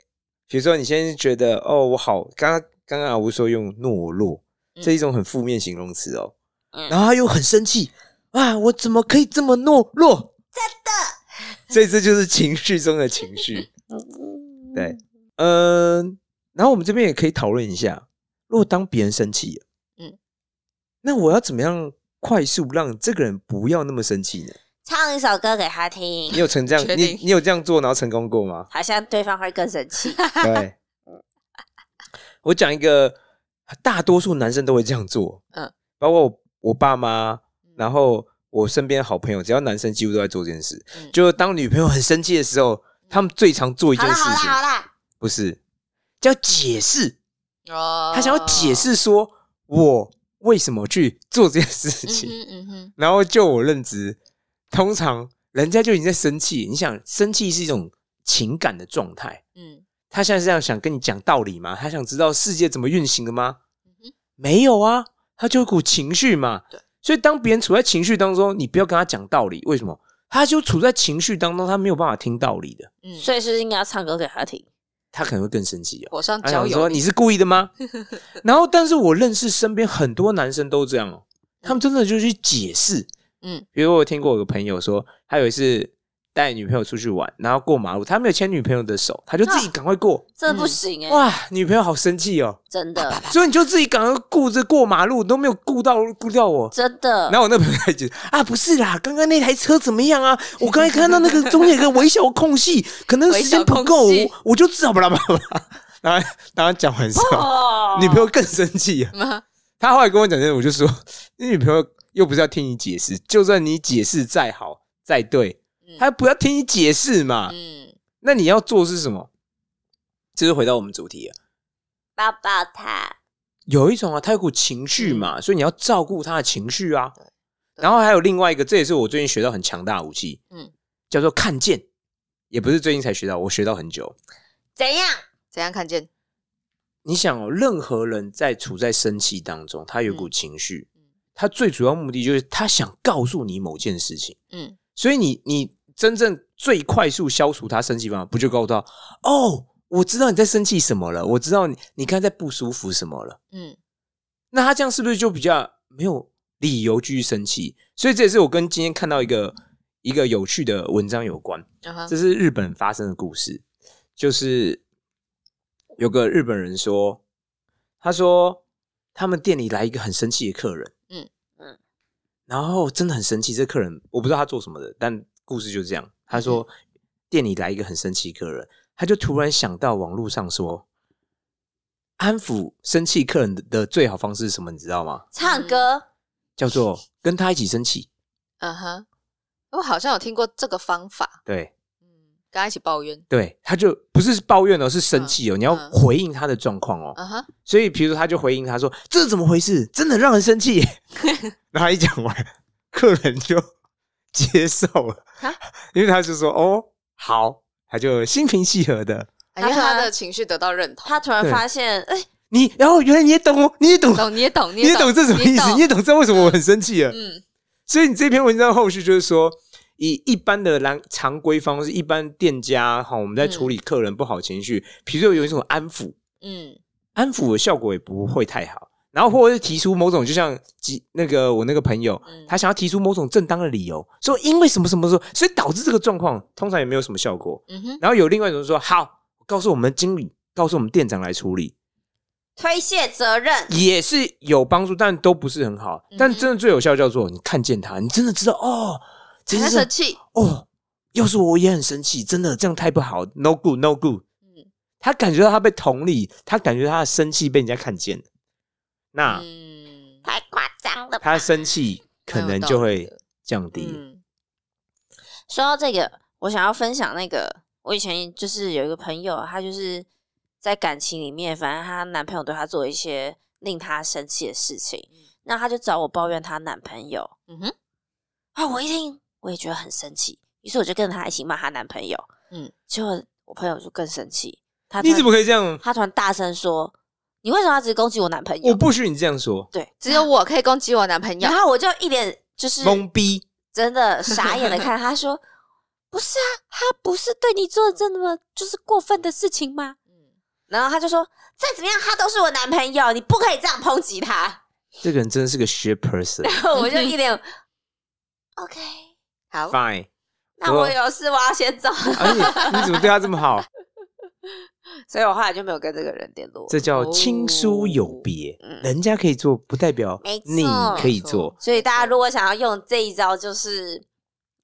Speaker 2: 比如说你先觉得哦，我好，刚刚刚刚阿吴说用懦弱，
Speaker 3: 嗯
Speaker 2: 这是一种很负面形容词哦，
Speaker 1: 嗯
Speaker 2: 然后他又很生气啊，我怎么可以这么懦弱？真的， 所以这就是情绪中的情绪。
Speaker 1: 嗯
Speaker 2: 对，嗯、然后我们这边也可以讨论一下，如果当别人生气了，嗯
Speaker 3: 嗯，
Speaker 2: 那我要怎么样快速让这个人不要那么生气呢？
Speaker 1: 唱一首歌给他听？
Speaker 2: 你，有成这样
Speaker 3: 确，
Speaker 2: 你
Speaker 3: 定
Speaker 2: 你有这样做然后成功 过吗
Speaker 1: 好像对方会更生气。
Speaker 2: 对，我讲一个大多数男生都会这样做，
Speaker 3: 嗯
Speaker 2: 嗯，包括我我爸妈，
Speaker 3: 嗯
Speaker 2: 然后我身边好朋友，只要男生几乎都在做这件事。
Speaker 3: 嗯
Speaker 2: 就当女朋友很生气的时候，他们最常做一件
Speaker 3: 好啦
Speaker 2: 事
Speaker 3: 好啦
Speaker 2: 情，
Speaker 3: 好啦，
Speaker 2: 不是叫解释，
Speaker 3: 哦
Speaker 2: 他想要解释说我为什么去做这件事
Speaker 3: 嗯
Speaker 2: 情。
Speaker 3: 哼嗯哼，
Speaker 2: 然后就我认知，通常人家就已经在生气。你想，生气是一种情感的状态。
Speaker 3: 嗯
Speaker 2: 他现在是这样想跟你讲道理吗？他想知道世界怎么运行的吗？
Speaker 3: 嗯
Speaker 2: 没有啊，他就有股情绪嘛。
Speaker 3: 对，
Speaker 2: 所以当别人处在情绪当中，你不要跟他讲道理。为什么？他就处在情绪当中，他没有办法听道理的，
Speaker 3: 嗯，
Speaker 1: 所以是不是应该要唱歌给他听。
Speaker 2: 他可能会更生气哦。
Speaker 3: 火上
Speaker 2: 他
Speaker 3: 浇
Speaker 2: 想说
Speaker 3: 油，
Speaker 2: 你是故意的 吗？然后，但是我认识身边很多男生都这样哦，他们真的就去解释。
Speaker 3: 嗯
Speaker 2: 比如我有听过有个朋友说，他有一次带女朋友出去玩，然后过马路，他没有牵女朋友的手，他就自
Speaker 3: 啊
Speaker 2: 己赶快过。
Speaker 1: 这不行哎、
Speaker 2: 哇，女朋友好生气哦，
Speaker 1: 真的，
Speaker 3: 啊
Speaker 2: 所以你就自己赶快顾着过马路，都没有顾到顾到我。
Speaker 1: 真的
Speaker 2: 然，后我那朋友还觉得啊，不是啦，刚刚那台车怎么样啊？我刚才看到那个中间有个微小空隙，可能时间不够，
Speaker 3: 微小空
Speaker 2: 我我就知道巴拉巴拉巴拉。然后然后讲完之后，
Speaker 1: 哦
Speaker 2: 女朋友更生气啊。
Speaker 3: 嗯
Speaker 2: 他后来跟我讲这个，我就说，你女朋友又不是要听你解释，就算你解释再好再对，
Speaker 3: 嗯
Speaker 2: 她不要听你解释嘛。
Speaker 3: 嗯
Speaker 2: 那你要做的是什么？这就回到我们主题了。
Speaker 1: 抱抱他，
Speaker 2: 有一种啊，他有股情绪嘛，所以你要照顾他的情绪啊。
Speaker 3: 嗯对
Speaker 2: 然后还有另外一个，这也是我最近学到很强大的武器，
Speaker 3: 嗯
Speaker 2: 嗯，叫做看见，也不是最近才学到，我学到很久。
Speaker 1: 怎样？
Speaker 3: 怎样看见？
Speaker 2: 你想哦，任何人在处在生气当中，他有股
Speaker 3: 嗯
Speaker 2: 情绪
Speaker 3: 嗯，
Speaker 2: 他最主要目的就是他想告诉你某件事情。
Speaker 3: 嗯
Speaker 2: 所以你你真正最快速消除他生气方法，不就告诉他哦，我知道你在生气什么了，我知道你你刚才在不舒服什么了。
Speaker 3: 嗯
Speaker 2: 那他这样是不是就比较没有理由继续生气？所以这也是我跟今天看到一个一个有趣的文章有关，
Speaker 3: 嗯哼
Speaker 2: 这是日本发生的故事，就是有个日本人说，他说他们店里来一个很生气的客人，
Speaker 3: 嗯
Speaker 1: 嗯，
Speaker 2: 然后真的很生气，这客人我不知道他做什么的，但故事就这样，他说
Speaker 3: 嗯
Speaker 2: 店里来一个很生气的客人，他就突然想到网络上说。安抚生气客人的的最好方式是什么？你知道吗？
Speaker 1: 唱歌，
Speaker 2: 叫 做跟他一起生气。
Speaker 3: 嗯哼，我好像有听过这个方法，
Speaker 2: 对，
Speaker 3: 嗯，跟他一起抱怨，
Speaker 2: 对，他就不是抱怨哦，是生气哦，你要
Speaker 3: 嗯
Speaker 2: 回应他的状况哦。
Speaker 3: 嗯哼，
Speaker 2: 所以，比如说他就回应他说：“这怎么回事？真的让人生 气。”然后他一讲完，客人就接受了
Speaker 3: 啊，
Speaker 2: 因为他就说：“哦，好。”他就心平气和的。
Speaker 3: 因为他
Speaker 1: 他
Speaker 3: 的情绪得到认同，
Speaker 1: 他突然
Speaker 2: 对
Speaker 1: 发现，哎、
Speaker 2: 你，然后原来你也懂哦，你也懂，
Speaker 3: 懂你也懂，
Speaker 2: 你也懂这什么意思，你也懂知道为什么我很生气了。
Speaker 3: 嗯
Speaker 2: 所以你这篇文章后续就是说，以一般的蓝常规方式，一般店家哈，我们在处理客人不好情绪，比如说有一种安抚，
Speaker 3: 嗯
Speaker 2: 安抚的效果也不会太好。然后或者是提出某种，就像几那个我那个朋友，
Speaker 3: 嗯
Speaker 2: 他想要提出某种正当的理由，说因为什么什么说，所以导致这个状况，通常也没有什么效果。
Speaker 3: 嗯哼，
Speaker 2: 然后有另外一种说，好，告诉我们经理，告诉我们店长来处理，
Speaker 1: 推卸责任，
Speaker 2: 也是有帮助，但都不是很好
Speaker 3: 嗯哼。
Speaker 2: 但真的最有效叫做你看见他，你真的知道哦，这
Speaker 3: 他
Speaker 2: 是
Speaker 3: 生气，
Speaker 2: 哦，要是我也很生气，真的这样太不好，no good，no good。
Speaker 3: 嗯
Speaker 2: 他感觉到他被同理，他感觉他的生气被人家看见了那、
Speaker 3: 嗯，
Speaker 1: 太夸张了吧。
Speaker 2: 他的生气可能就会降低。
Speaker 3: 嗯
Speaker 1: 说到这个，我想要分享那个，我以前就是有一个朋友，她就是在感情里面，反正她男朋友对她做一些令她生气的事情，
Speaker 2: 嗯
Speaker 1: 那她就找我抱怨她男朋友
Speaker 3: 嗯哼，
Speaker 1: 啊，我一听我也觉得很生气，于是我就跟着她一起骂她男朋友，
Speaker 3: 嗯
Speaker 1: 嗯，结果我朋友就更生气，他
Speaker 2: 你怎么可以这样？
Speaker 1: 他突然大声说：“你为什么要只攻击我男朋友
Speaker 2: 我？”不许你这样说，
Speaker 1: 对，
Speaker 3: 只有我可以攻击我男朋友
Speaker 1: 然，后我就一脸就是
Speaker 2: 懵逼！
Speaker 1: 真 的傻眼的看他说：“不是啊，他不是对你做这么就是过分的事情吗？”然后他就说：“再怎么样，他都是我男朋友，你不可以这样抨击他。
Speaker 2: 这个人真的是个 shit person 。
Speaker 1: 然后我就一脸 OK，
Speaker 3: 好，
Speaker 2: Fine，
Speaker 1: 那
Speaker 2: 我
Speaker 1: 我有事我要先走，
Speaker 2: 而且、你怎么对他这么好？
Speaker 1: 所以我后来就没有跟这个人联络。
Speaker 2: 这叫亲疏有别，
Speaker 1: 嗯
Speaker 2: 人家可以做，不代表
Speaker 1: 没错
Speaker 2: 你可以做，
Speaker 1: 所以大家如果想要用这一招，就是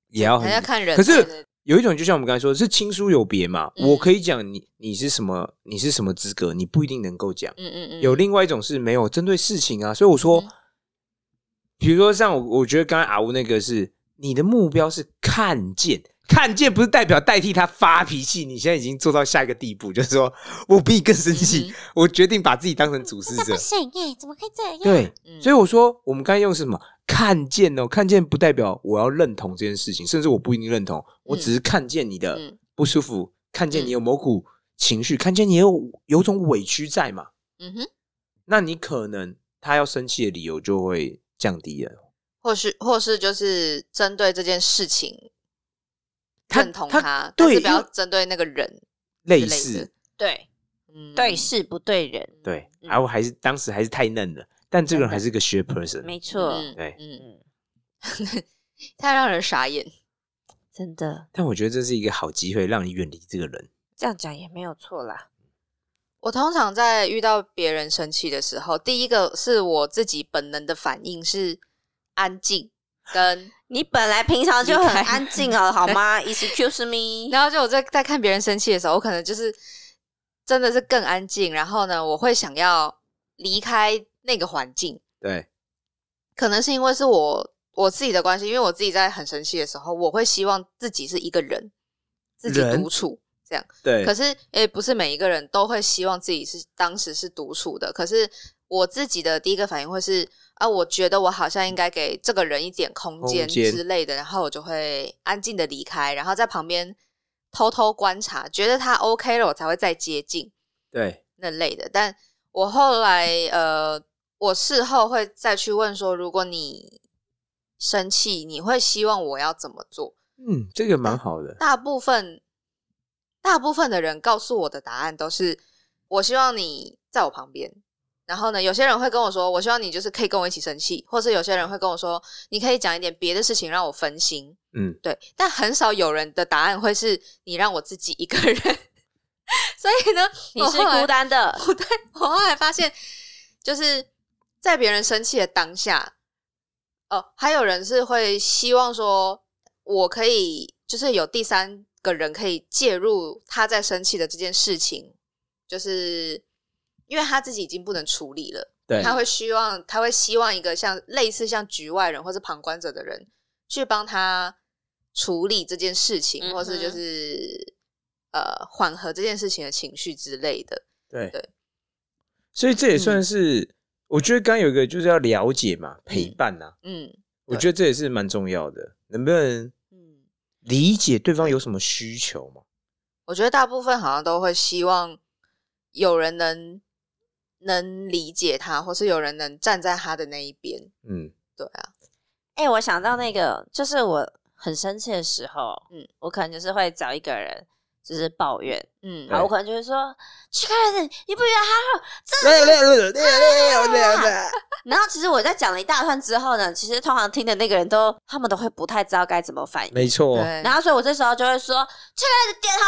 Speaker 2: 也要很
Speaker 3: 还要看人，
Speaker 2: 可是
Speaker 3: 对
Speaker 2: 有一种就像我们刚才说，是亲疏有别嘛。
Speaker 3: 嗯
Speaker 2: 我可以讲你你是什么，你是什么资格，你不一定能够讲。
Speaker 3: 嗯嗯嗯，
Speaker 2: 有另外一种是没有针对事情啊，所以我说
Speaker 3: 嗯，
Speaker 2: 比如说像我，我觉得刚才阿吴那个是你的目标是看见，看见不是代表代替他发脾气，你现在已经做到下一个地步，就是说我比你更生气，
Speaker 3: 嗯
Speaker 2: 我决定把自己当成主事
Speaker 1: 真的
Speaker 2: 者
Speaker 1: 不。行耶，怎么可以这样？
Speaker 2: 对，
Speaker 3: 嗯
Speaker 2: 所以我说我们刚才用是什么？看见哦，看见不代表我要认同这件事情，甚至我不一定认同，我只是看见你的
Speaker 3: 嗯
Speaker 2: 不舒服，看见你有某股情绪，看见你有有种委屈在嘛。
Speaker 3: 嗯哼，
Speaker 2: 那你可能他要生气的理由就会降低了。
Speaker 3: 或是或是就是针对这件事情
Speaker 2: 他
Speaker 3: 认同
Speaker 2: 他
Speaker 3: 但
Speaker 2: 对
Speaker 3: 是不要
Speaker 2: 因为
Speaker 3: 针对那个人
Speaker 2: 类
Speaker 3: 之类的
Speaker 2: 似，
Speaker 1: 对
Speaker 3: 嗯
Speaker 1: 对事不对人，
Speaker 2: 对，
Speaker 1: 嗯
Speaker 2: 然后还是当时还是太嫩了，但这个人还是个 shit person。
Speaker 1: 没错，
Speaker 3: 嗯
Speaker 2: 对
Speaker 3: 嗯，
Speaker 1: 嗯，
Speaker 3: 太让人傻眼。
Speaker 1: 真的
Speaker 2: 但我觉得这是一个好机会，让你远离这个人。
Speaker 1: 这样讲也没有错啦。
Speaker 3: 我通常在遇到别人生气的时候，第一个是我自己本能的反应是安静，跟
Speaker 1: 你本来平常就很
Speaker 3: 离开
Speaker 1: 安静 哦，好吗？Excuse me，
Speaker 3: 然后就我在在看别人生气的时候，我可能就是真的是更安静，然后呢，我会想要离开那个环境，
Speaker 2: 对，
Speaker 3: 可能是因为是我我自己的关系，因为我自己在很生气的时候，我会希望自己是一个人，自己
Speaker 2: 人
Speaker 3: 独处。
Speaker 2: 对
Speaker 3: 可，是，诶、不是每一个人都会希望自己是当时是独处的。可是我自己的第一个反应会是啊，我觉得我好像应该给这个人一点空间
Speaker 2: 空间
Speaker 3: 之类的，然后我就会安静的离开，然后在旁边偷偷观察，觉得他 OK 了，我才会再接近
Speaker 2: 对，
Speaker 3: 那类的。但我后来呃，我事后会再去问说，如果你生气，你会希望我要怎么做？
Speaker 2: 嗯，这个蛮好的。
Speaker 3: 大部分大部分的人告诉我的答案都是，我希望你在我旁边。然后呢，有些人会跟我说，我希望你就是可以跟我一起生气，或是有些人会跟我说，你可以讲一点别的事情让我分心。
Speaker 2: 嗯，
Speaker 3: 对，但很少有人的答案会是你让我自己一个人。 所以呢，
Speaker 1: 你
Speaker 3: 我
Speaker 1: 是
Speaker 3: 后来
Speaker 1: 孤单的，
Speaker 3: 我对 我后来发现，就是在别人生气的当下，哦，还有人是会希望说，我可以就是有第三个人可以介入他在生气的这件事情，就是因为他自己已经不能处理了，
Speaker 2: 对，
Speaker 3: 他会希望他会希望一个像类似像局外人或是旁观者的人去帮他处理这件事情，或是就
Speaker 1: 嗯哼
Speaker 3: 是呃缓和这件事情的情绪之类的。
Speaker 2: 对
Speaker 3: 对
Speaker 2: 所以这也算是、我觉得刚刚有一个就是要了解嘛，陪伴呐、
Speaker 3: 嗯
Speaker 2: 我觉得这也是蛮重要的，能不能
Speaker 3: 嗯。
Speaker 2: 理解对方有什么需求嘛？
Speaker 3: 我觉得大部分好像都会希望有人能能理解他，或是有人能站在他的那一边。
Speaker 2: 嗯，
Speaker 3: 对啊，
Speaker 1: 哎、我想到那个，就是我很生气的时候，
Speaker 3: 嗯
Speaker 1: 嗯，我可能就是会找一个人，就是抱怨，
Speaker 3: 嗯，
Speaker 2: 对
Speaker 1: 好，我可能就会说，去看人，你不啊觉得他这？然后其实我在讲了一大串之后呢，其实通常听的那个人都，他们都会不太知道该怎么反应，
Speaker 2: 没错，
Speaker 3: 对，
Speaker 1: 然后所以我这时候就会说，去看人，点头，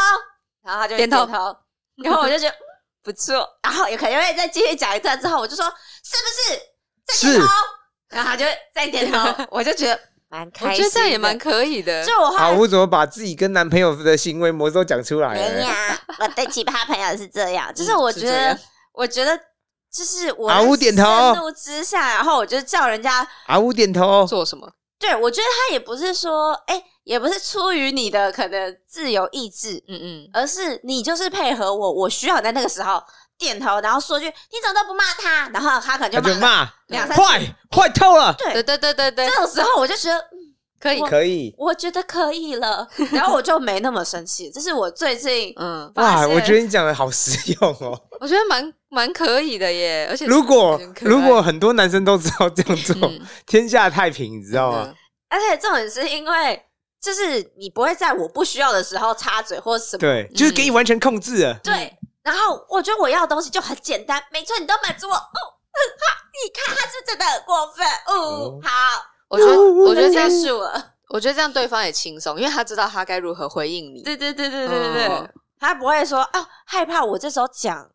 Speaker 1: 然后他就会
Speaker 3: 点
Speaker 1: 点
Speaker 3: 头
Speaker 1: 头，然后我就觉得 嗯不错，然后有可能会再继续讲一段之后，我就说是不是再
Speaker 2: 是
Speaker 1: 点头，然后他就会再点头，我就觉得 蛮
Speaker 3: 我
Speaker 1: 开
Speaker 3: 觉
Speaker 1: 心，
Speaker 3: 得这样也蛮。可以 的。
Speaker 1: 就我后来
Speaker 2: 好，我怎么把自己跟男朋友的行为模式都讲出来
Speaker 1: 没有
Speaker 2: 了？，
Speaker 1: 我对奇葩朋友是这样，就是
Speaker 3: 嗯
Speaker 1: 我
Speaker 3: 是
Speaker 1: 觉
Speaker 3: 这样
Speaker 1: 得，我觉得就是我
Speaker 2: 啊五点头
Speaker 1: 盛怒之下，然后我就叫人家，
Speaker 2: 阿五点头，
Speaker 3: 做什么？
Speaker 1: 对我觉得他也不是说，哎、也不是出于你的可能自由意志，
Speaker 3: 嗯嗯，
Speaker 1: 而是你就是配合我，我需要在那个时候点头，然后说句你怎么都不骂他，然后他可能
Speaker 2: 他
Speaker 1: 就
Speaker 2: 就
Speaker 1: 骂了。
Speaker 2: 骂，
Speaker 1: 两三
Speaker 2: 坏坏透了，
Speaker 1: 对
Speaker 3: 对对对对对
Speaker 1: 这，种时候我就觉得，嗯
Speaker 3: 可以，
Speaker 2: 可以
Speaker 1: 我觉得可以了，然后我就没那么生气。这是我最近
Speaker 3: 嗯，
Speaker 1: 发
Speaker 2: 哇！
Speaker 1: 现
Speaker 2: 我觉得你讲的好实用哦。
Speaker 3: 我觉得蛮蛮可以的耶。而且
Speaker 2: 如果
Speaker 3: 很可爱
Speaker 2: 如果很多男生都知道这样做，
Speaker 3: 嗯
Speaker 2: 天下太平，你知道吗？
Speaker 1: 而且这种是因为，就是你不会在我不需要的时候插嘴或什么。
Speaker 2: 对，就是给你完全控制了。
Speaker 1: 对，
Speaker 3: 嗯
Speaker 1: 然后我觉得我要的东西就很简单，没错，你都满足我。哦，嗯好，你看他是不是真的很过分。
Speaker 2: 哦
Speaker 1: 哦，好，
Speaker 3: 我觉得我觉得这样
Speaker 1: 结
Speaker 3: 是，
Speaker 1: 束了。
Speaker 3: 我觉得这样对方也轻松，因为他知道他该如何回应你。
Speaker 1: 对对对对对对对，
Speaker 3: 哦
Speaker 1: 他不会说哦，害怕我这时候讲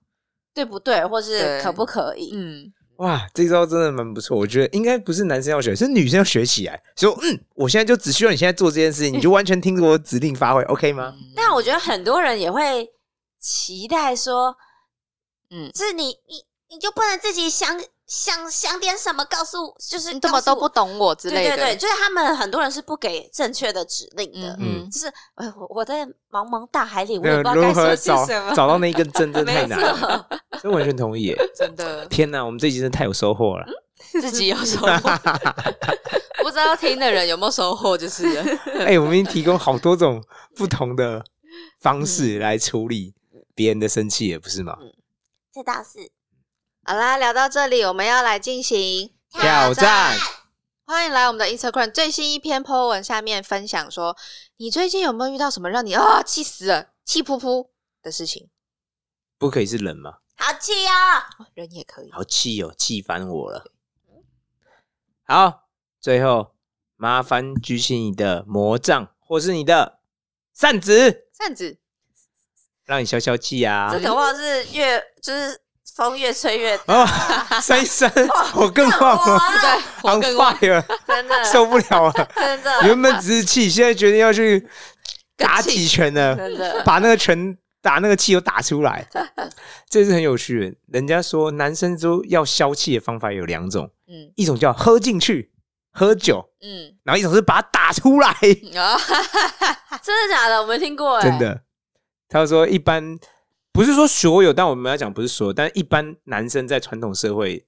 Speaker 1: 对不对，或是
Speaker 3: 对
Speaker 1: 可不可以？
Speaker 3: 嗯，
Speaker 2: 哇，这招真的蛮不错，我觉得应该不是男生要学，是女生要学起来。说，嗯，我现在就只需要你现在做这件事情，你就完全听着我指令发挥，OK 吗？
Speaker 1: 但我觉得很多人也会期待说，
Speaker 3: 嗯，
Speaker 1: 是你你你就不能自己想想想点什么告诉，就是
Speaker 3: 你怎么
Speaker 1: 告诉
Speaker 3: 都不懂我之
Speaker 1: 对
Speaker 3: 类
Speaker 1: 对
Speaker 3: 的，
Speaker 1: 对，就是他们很多人是不给正确的指令的，
Speaker 3: 嗯
Speaker 1: 就是哎，我我在茫茫大海里，我也不
Speaker 2: 那
Speaker 1: 知道
Speaker 2: 如
Speaker 1: 该说些
Speaker 2: 何找
Speaker 1: 什么。
Speaker 2: 找到那一根针，真的太
Speaker 1: 没
Speaker 2: 难了。
Speaker 1: 错，
Speaker 2: 真完全同意耶。
Speaker 3: 真 的
Speaker 2: 天哪，我们这集真的太有收 获了。
Speaker 3: 自己有收获，不知道听的人有没有收获，就是了
Speaker 2: 哎、我们已经提供好多种不同的方
Speaker 1: 嗯
Speaker 2: 式来处理别人的生气了，也不是吗？
Speaker 1: 这倒是
Speaker 3: 好啦，聊到这里，我们要来进行
Speaker 2: 挑战。
Speaker 3: 欢迎来我们的 Instagram 最新一篇 po 文下面分享说，你最近有没有遇到什么让你啊气死了、气噗噗的事情？
Speaker 2: 不可以是人吗？
Speaker 1: 好气哦！
Speaker 3: 哦人也可以，
Speaker 2: 好气哦，气烦我了。好，最后麻烦举起你的魔杖或是你的扇子，
Speaker 3: 扇子
Speaker 2: 让你消消气啊
Speaker 1: 这！个话是越就是风越吹 越大，
Speaker 2: 哦，扇一扇，我更
Speaker 1: 哇
Speaker 2: 忘了
Speaker 1: 啊
Speaker 3: 哦对，我
Speaker 2: ，on
Speaker 3: 更忘
Speaker 2: fire，
Speaker 1: 真的
Speaker 2: 受不了了。
Speaker 1: 真的
Speaker 2: 原本只是气，现在决定要去打几拳了，
Speaker 3: 真的
Speaker 2: 把那个拳打那个气都打出来，这是很有趣的。人家说男生都要消气的方法有两种，
Speaker 3: 嗯
Speaker 2: 一种叫喝进去，喝酒，
Speaker 3: 嗯
Speaker 2: 然后一种是把它打出来，
Speaker 3: 啊，
Speaker 1: 真的假的？我没听过哎，
Speaker 2: 真的。他说一般不是说所有，但我们要讲不是所有，但一般男生在传统社会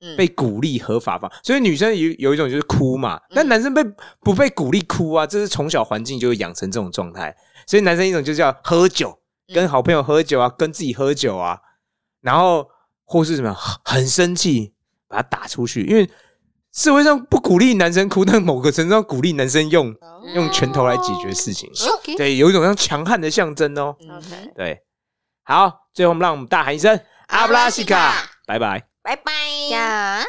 Speaker 3: 嗯
Speaker 2: 被鼓励合法化，所以女生有有一种就是哭嘛，但男生被不被鼓励哭啊，这是从小环境就会养成这种状态，所以男生一种就叫喝酒，
Speaker 3: 嗯
Speaker 2: 跟好朋友喝酒啊，跟自己喝酒啊，然后或是什么很很生气，把他打出去，因为社会上不鼓励男生哭，但某个程度上鼓励男生用
Speaker 3: 嗯
Speaker 2: 用拳头来解决事情，
Speaker 3: OK，
Speaker 2: 对，有一种像强悍的象征哦，
Speaker 3: 嗯
Speaker 1: OK，
Speaker 2: 对，好，最后我们让我们大喊一声阿布拉西
Speaker 3: 阿布拉
Speaker 2: 卡
Speaker 3: 西卡，
Speaker 2: 拜拜。
Speaker 1: 拜拜
Speaker 3: 呀。